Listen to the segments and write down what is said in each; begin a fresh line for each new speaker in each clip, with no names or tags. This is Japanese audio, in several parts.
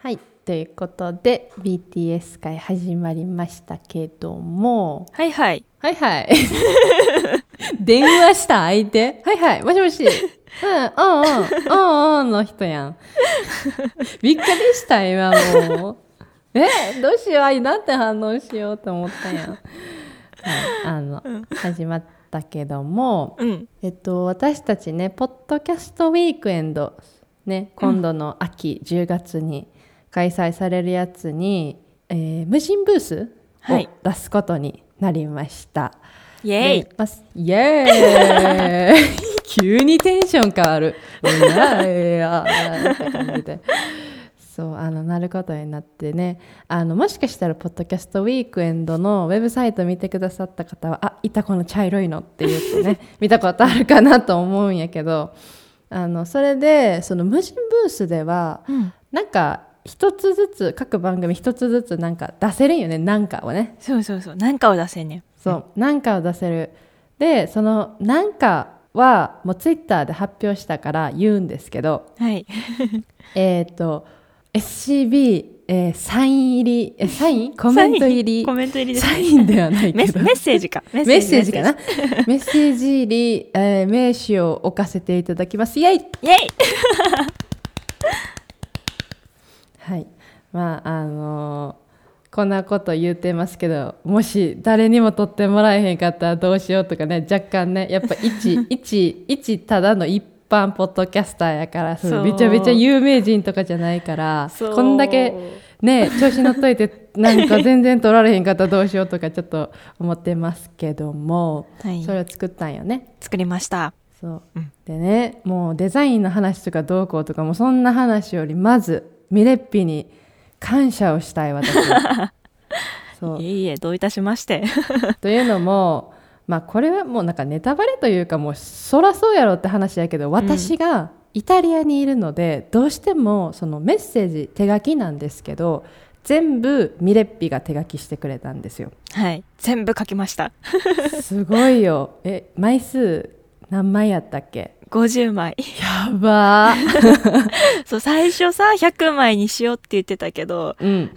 はい、ということで BTS 会始まりましたけども
はいはい。
はいはい 電話した相手はいはいもしもし うんうんうんうんうんの人 やんびっくりした今もう えどうしようなんて反応しようと思ったやん、はい、あの
うん
始まったけども
うん。
えっと、私たちね、ポッドキャストウィークエンド、ね、今度の秋、10月に開催されるやつに、えー無人ブース
は
を
い
出すことになりました。
イェイ
でまあイエーイ 急にテンション変わる。いやいやって感じで。そうあのなることになってねあのもしかしたらポッドキャストウィークエンドのウェブサイト見てくださった方は「あいたこの茶色いの」って言って ね見たことあるかなと思うんやけどあのそれでその無人ブースでは
うん。
なんか一つずつ各番組一つずつなんか出せるんよねなんかをね
そうそうそう。なんかを出せんねん。
そう、なんかを出せる。で、そのなんかはもうツイッターで発表したから言うんですけど、
はい。
えっ、と SCB、えーサイン入り、えサインコメント入り
コ、メント入りです
サ。インではない
メ
け
ッ
ど。
メッセージか。メ
メッセージかな。メッセージ入り、えー名刺を置かせていただきます。イエイ
イェイ
はい。まあ、あのーこんなこと言うてますけど、もし誰にも取ってもらえへんかったらどうしようとかね、若干ね、やっぱ 一、一、一ただの一般ポッドキャスターやから、そ
そう
のめちゃめちゃ有名人とかじゃないから、
そう
こんだけね、調子乗っといて、なんか全然取られへんかったらどうしようとかちょっと思ってますけども、
はい
それを作ったんよね。
作りました。
そう、
うん
でねもうデザインの話とかどうこうとかもうそんな話よりまずミレッピに感謝をしたい私 はそう
いえいえ、どういたしまして。
というのもまあこれはもうなんかネタバレというかもうそらそうやろって話やけど私がイタリアにいるので、どうしてもそのメッセージ手書きなんですけど全部ミレッピが手書きしてくれたんです よ
はい。全部書きました。
すごいよえ枚数何枚やったっけ
50枚。
やばー
そう、最初さ、100枚にしようって言ってたけど、
うん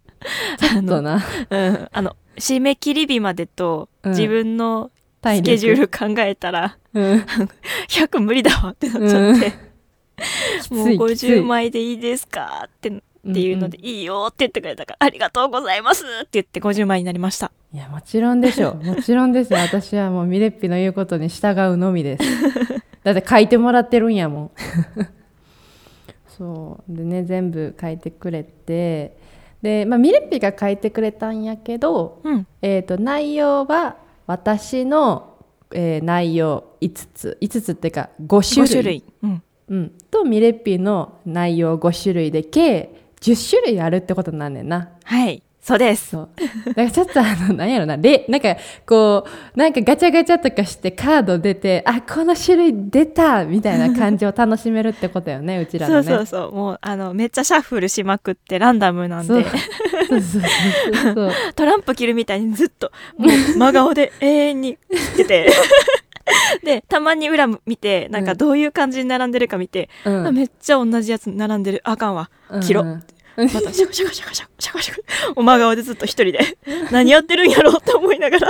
あ
そう
の、
な
うん。あの、締め切り日までと、
うん
自分の
体
ス
力
ケジュール考えたら、
うん、
100無理だわってなっちゃって、
つい
もう
きつい
50枚でいいですかってっていうので、いいよって言ってくれたから、ありがとうございますって言って50枚になりました。
いやもちろんで しょうもちろんですよ私はもうミレッピの言うことに従うのみ ですだって書いてもらってるんやもん そうでね全部書いてくれてで、まあ、ミレッピが書いてくれたんやけど、
うん。
えー、と内容は私の、えー内容5つ5つっていうか5種類
5種類。うん。
うん、とミレッピの内容5種類で計10種類あるってことなんねんな
はい。そうです。
そう。だからちょっとあの、なんやろな、れ、なんか、こう、なんかガチャガチャとかしてカード出て、あ、この種類出たみたいな感じを楽しめるってことよね、うちら
そ
の
う
ね。
そうそう。もう、あの、めっちゃシャッフルしまくってランダムなん
そう
で、
そうそうそうそう。
トランプ切るみたいにずっと、もう真顔で永遠に切って て。で、たまに裏見て、なん
う
か
ん
どういう感じに並んでるか見て、
うん
あめっちゃ同じやつ並んでる。あかんわ。切ろ。
うん
またシャカシャカシャカシャカシャカシャカお真顔でずっと一人で何やってるんやろうって思いながら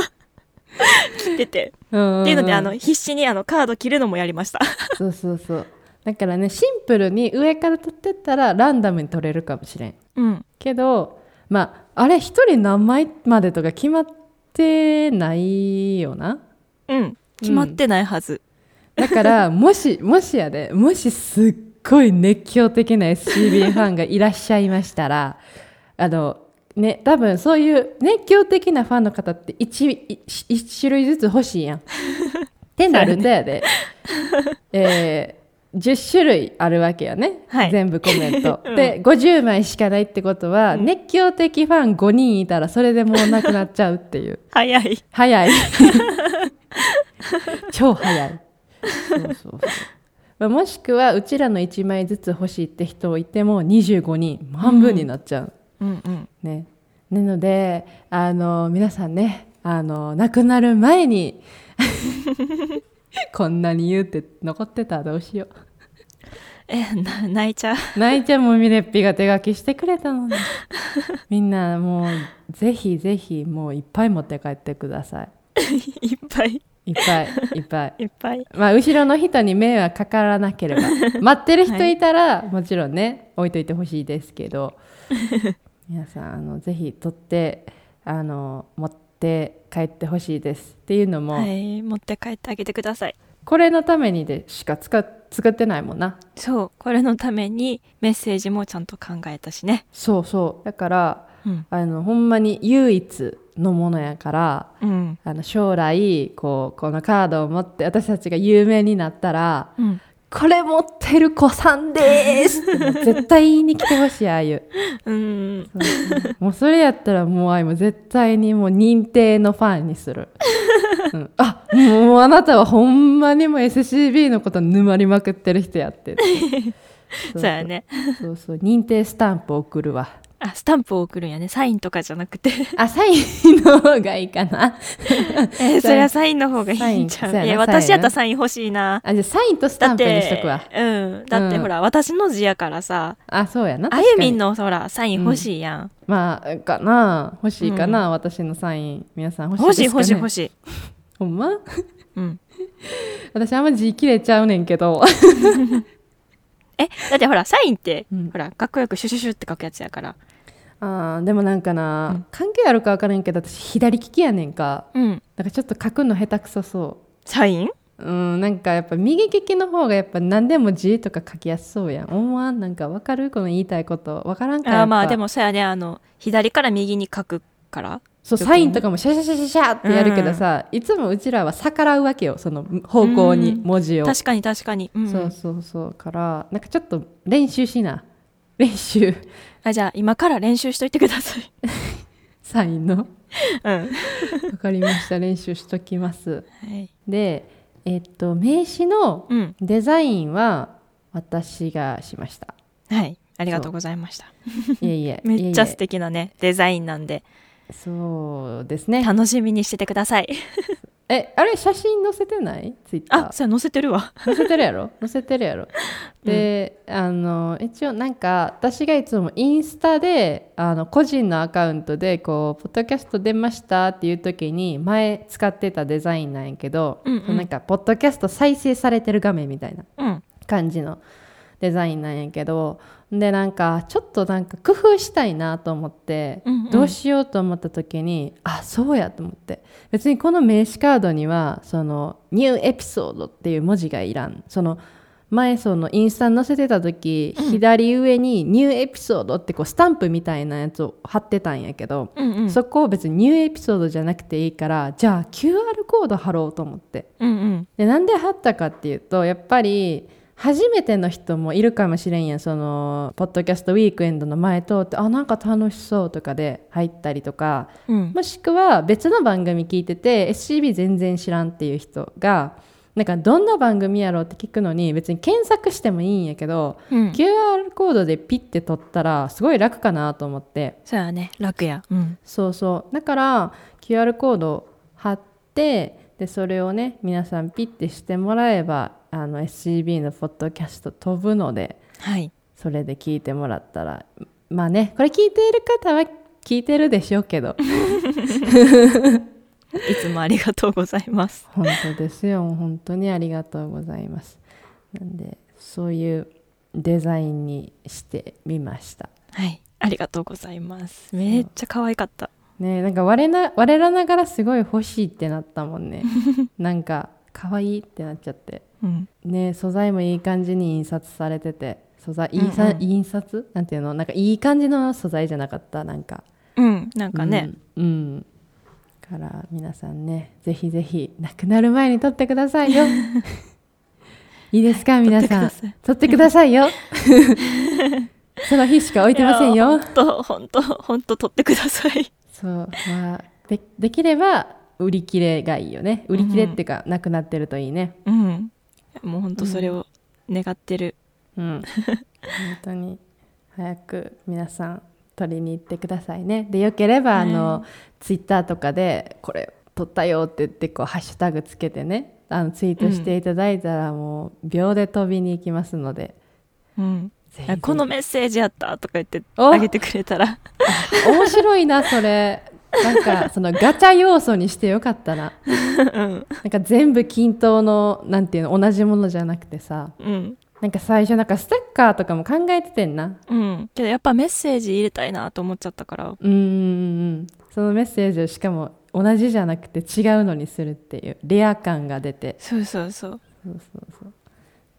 切ってて
うん
っていうのであの
ん
必死にあのカード切るのもやりました
そうそうそう。だからね、シンプルに上から取ってったらランダムに取れるかもしれん。
うん
けど、まあ、あれ、一人何枚までとか決まってないよな。
うん決まってないはず、
だからもしもしやでもしすっごい熱狂的な SCB ファンがいらっしゃいましたらあのね多分そういう熱狂的なファンの方って 1, 種類ずつ欲しいやん。ってなるとや で、えー10種類あるわけやね、
はい。
全部コメント
うん
で50枚しかないってことは、
うん
熱狂的ファン5人いたらそれでもうなくなっちゃうっていう。
早い
早い超早いそうそうそうまあもしくはうちらの1枚ずつ欲しいって人いても25人半分になっちゃう、
うんうん
ねなのであの皆さんねあの亡くなる前に こんなに言うって残ってたらどうしよう
えな泣いちゃう
泣いちゃんもみれっぴが手書きしてくれたのにみんなもうぜひぜひもういっぱい持って帰ってください
いっぱい
いっぱいいっぱい
いっぱい
まあ後ろの人に迷惑かからな ければ待ってる人いたら、もちろんね置いといてほしいですけど 皆さんあのぜひ取ってあの持って帰ってほしいですっていうのも、
はい持って帰ってあげてください
これのためにでしか使っ作ってないもんな
そうこれのためにメッセージもちゃんと考えたしね
そうそうだから
うん
あのほんまに唯一のものやから
うん
あの将来こうこのカードを持って私たちが有名になったら
うん
「これ持ってる子さんです!」ってもう絶対言いに来てほしいああ いう
うん
そうもうそれやったらもうあいも絶対にもう認定のファンにする、うん、あもうあなたはほんまにもう SCB のこと沼りまくってる人やってって
そうやね
そうそう認定スタンプ送るわ
あスタンプを送るんやねサインとかじゃなくて
あサインの方がいいかな
えーそりゃサインの方がいいんち
サ
ゃ
インそうや
う
ないサ
や
イン
私やったらサイン欲しいな
あじゃあサインとスタンプにしとくわ
うんだって
うん
ほら、私の字やからさ
あそうやな
あゆみん
の
のほらサイン欲しいやん、
まあかな欲しいかな、私のサイン皆さん欲
欲
しいで
しい
すか、ね、
欲しい欲
しい
しい
ほんま
うん
私あんま字切れちゃうねんけど
えだってほらサインって、
うん
ほらかっこよくシュシュシュって書くやつやから
あーでもなんかな、関係あるか分からんけど私左利きやねんか
うん
だからちょっと書くの下手くそそ
サイン
ううんなんかやっぱ右利きの方がやっぱ何でも字とか書きやすそうやん思わんなんか分かるこの言いたいこと分からんから
あーまあでもそうやねあの左から右に書くから
そうサインとかもシャシャシャシャシャってやるけどさ、いつもうちらは逆らうわけよその方向に
うん
文字を、
確かに確かに、うんうん
そうそうそうからなんかちょっと練習しな練習
あじゃあ今から練習しといてください
サインの
うん、
わかりました練習しときます
はい
でえっと名刺の
うん
デザインは私がしま した、
はいありがとうございました
いえいえ
めっちゃ
いえいえ
素敵なねデザインなんで
そうですね
楽しみにしててください
えあれ写真載せてないツイッター
あそれ載せてるわ
載せてるやろ載せてるやろで、あの一応なんか私がいつもインスタであの個人のアカウントでこう「ポッドキャスト出ました」っていう時に前使ってたデザインなんやけど、
うんうん
そのなんか「ポッドキャスト再生されてる画面」みたいな
うん
感じのデザインなんやけどでなんかちょっとなんか工夫したいなと思って、
うんうん
どうしようと思った時にあそうやと思って別にこの名刺カードにはその「ニューエピソード」っていう文字がいらんその前そのインスタに載せてた時、左上に「ニューエピソード」ってこうスタンプみたいなやつを貼ってたんやけど、
うんうん
そこを別に「ニューエピソード」じゃなくていいからじゃあ QR コード貼ろうと思って。
うんうん
でなんで貼ったかっていうとやっぱり初めての人もいるかもしれんやんそのポッドキャストウィークエンドの前通ってあなんか楽しそうとかで入ったりとか
うん
もしくは別の番組聞いてて SCB 全然知らんっていう人がなんかどんな番組やろうって聞くのに別に検索してもいいんやけど、
うん、
QR コードでピッて取ったらすごい楽かなと思って。
そうやね楽やうん
そうそうだから QR コード貼ってでそれをね皆さんピッてしてもらえばあの SCB のポッドキャスト飛ぶので
はい
それで聞いてもらったらまあねこれ聞いている方は聞いてるでしょうけど
いつもありがとうございます
本当ですよ本当にありがとうございますなんでそういうデザインにしてみました
はいありがとうございますめっちゃ可愛かった
ねなんか我な我らながらすごい欲しいってなったもんねなんか可愛いってなっちゃって
うん
ね素材もいい感じに印刷されてて素材
うんうん
印刷,、印刷なんていうのなんかいい感じの素材じゃなかったなんか
うんなんかね、
うん、うんから皆さんねぜひぜひなくなる前に撮ってください よいいですか、皆さん
撮ってください
撮ってくださいよ その日しか置いてませんよ
本当本当本当取ってください。
そうまあでできれば売り切れがいいよね売り切れっていうか、なくなってるといいね
うん。もう本当それを願ってる。
うん、本当に早く皆さん取りに行ってくださいねでよければあの、ツイッターとかでこれ取ったよって言ってこうハッシュタグつけてねあのツイートしていただいたらもう秒で飛びに行きますので、
うん、
ぜひぜひ
このメッセージやったとか言って
お
あげてくれたら
面白いなそれなん かそのガチャ要素にしてよかったな
うん
なんか全部均等のなんていうの同じものじゃなくてさ
うん
なんか最初なんかステッカーとかも考えててんな
うんけどやっぱメッセージ入れたいなと思っちゃったから
うーんそのメッセージをしかも同じじゃなくて違うのにするっていうレア感が出て
そうそうそう
そうそうそう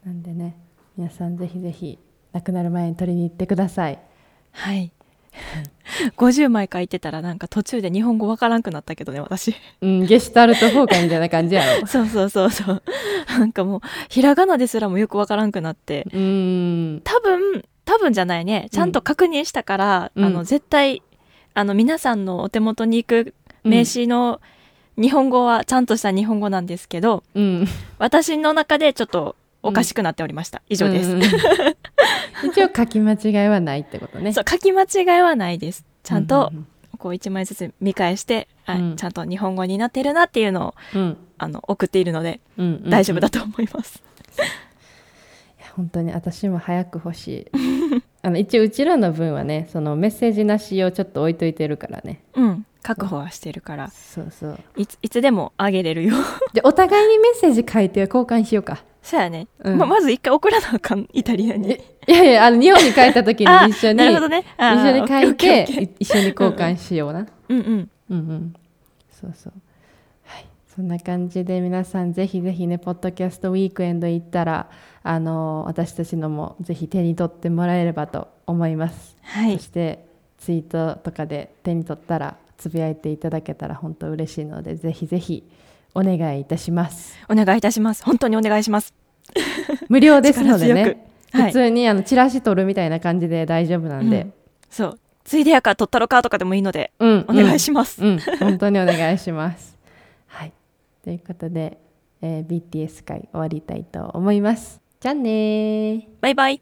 なんでね皆さんぜひぜひなくなる前に取りに行ってください
はい 50枚書いてたらなんか途中で日本語わからんくなったけどね私
うんゲシュタルト崩壊みたいな感じやろ
そうそうそうそうなんかもうひらがなですらもよくわからんくなって
うーん
多分多分じゃないねちゃんと確認したから、
うん
あの絶対あの皆さんのお手元に行く名刺の日本語はちゃんとした日本語なんですけど
うん
私の中でちょっとおかしくなっておりました、以上です、
うん一応書き間違いはないってことね
そう書き間違いはないですちゃんと
う
こう1枚ずつ見返して、あ
うん
ちゃんと日本語になってるなっていうのを
うんうん
あの送っているので
うんうんうん
大丈夫だと思います、
いや本当に私も早く欲しいあの一応うちらの分はねそのメッセージなしをちょっと置いといてるからね
うん確保はしてるから
そうそう
いついつでもあげれるよ
でお互いにメッセージ書いて交換しようか
そうやね、
うん
ままず一回送らなあかんイタリアに
えいやいやあの日本に帰った時
あ
に一緒に、
なるほどねあ
一
ー
緒に書い
オッケーオッケーオッケ
てい一緒に交換しような
ーうんうん
うんうんそうそうはいそんな感じで皆さんぜひぜひねポッドキャストウィークエンド行ったらあの私たちのもぜひ手に取ってもらえればと思います
はい
そしてツイートとかで手に取ったらつぶやいていただけたら本当嬉しいのでぜひぜひお願いいたします。
お願いいたします本当にお願いします
無料ですので
力強
ね、
くは
普
い
通にあのチラシ取るみたいな感じで大丈夫なんで、
そうついでやから取ったろかとかでもいいので
うん
お願いします、
うん、本当にお願いします。 はい、ということで、えー BTS 会終わりたいと思います。じゃあねー。
バイバイ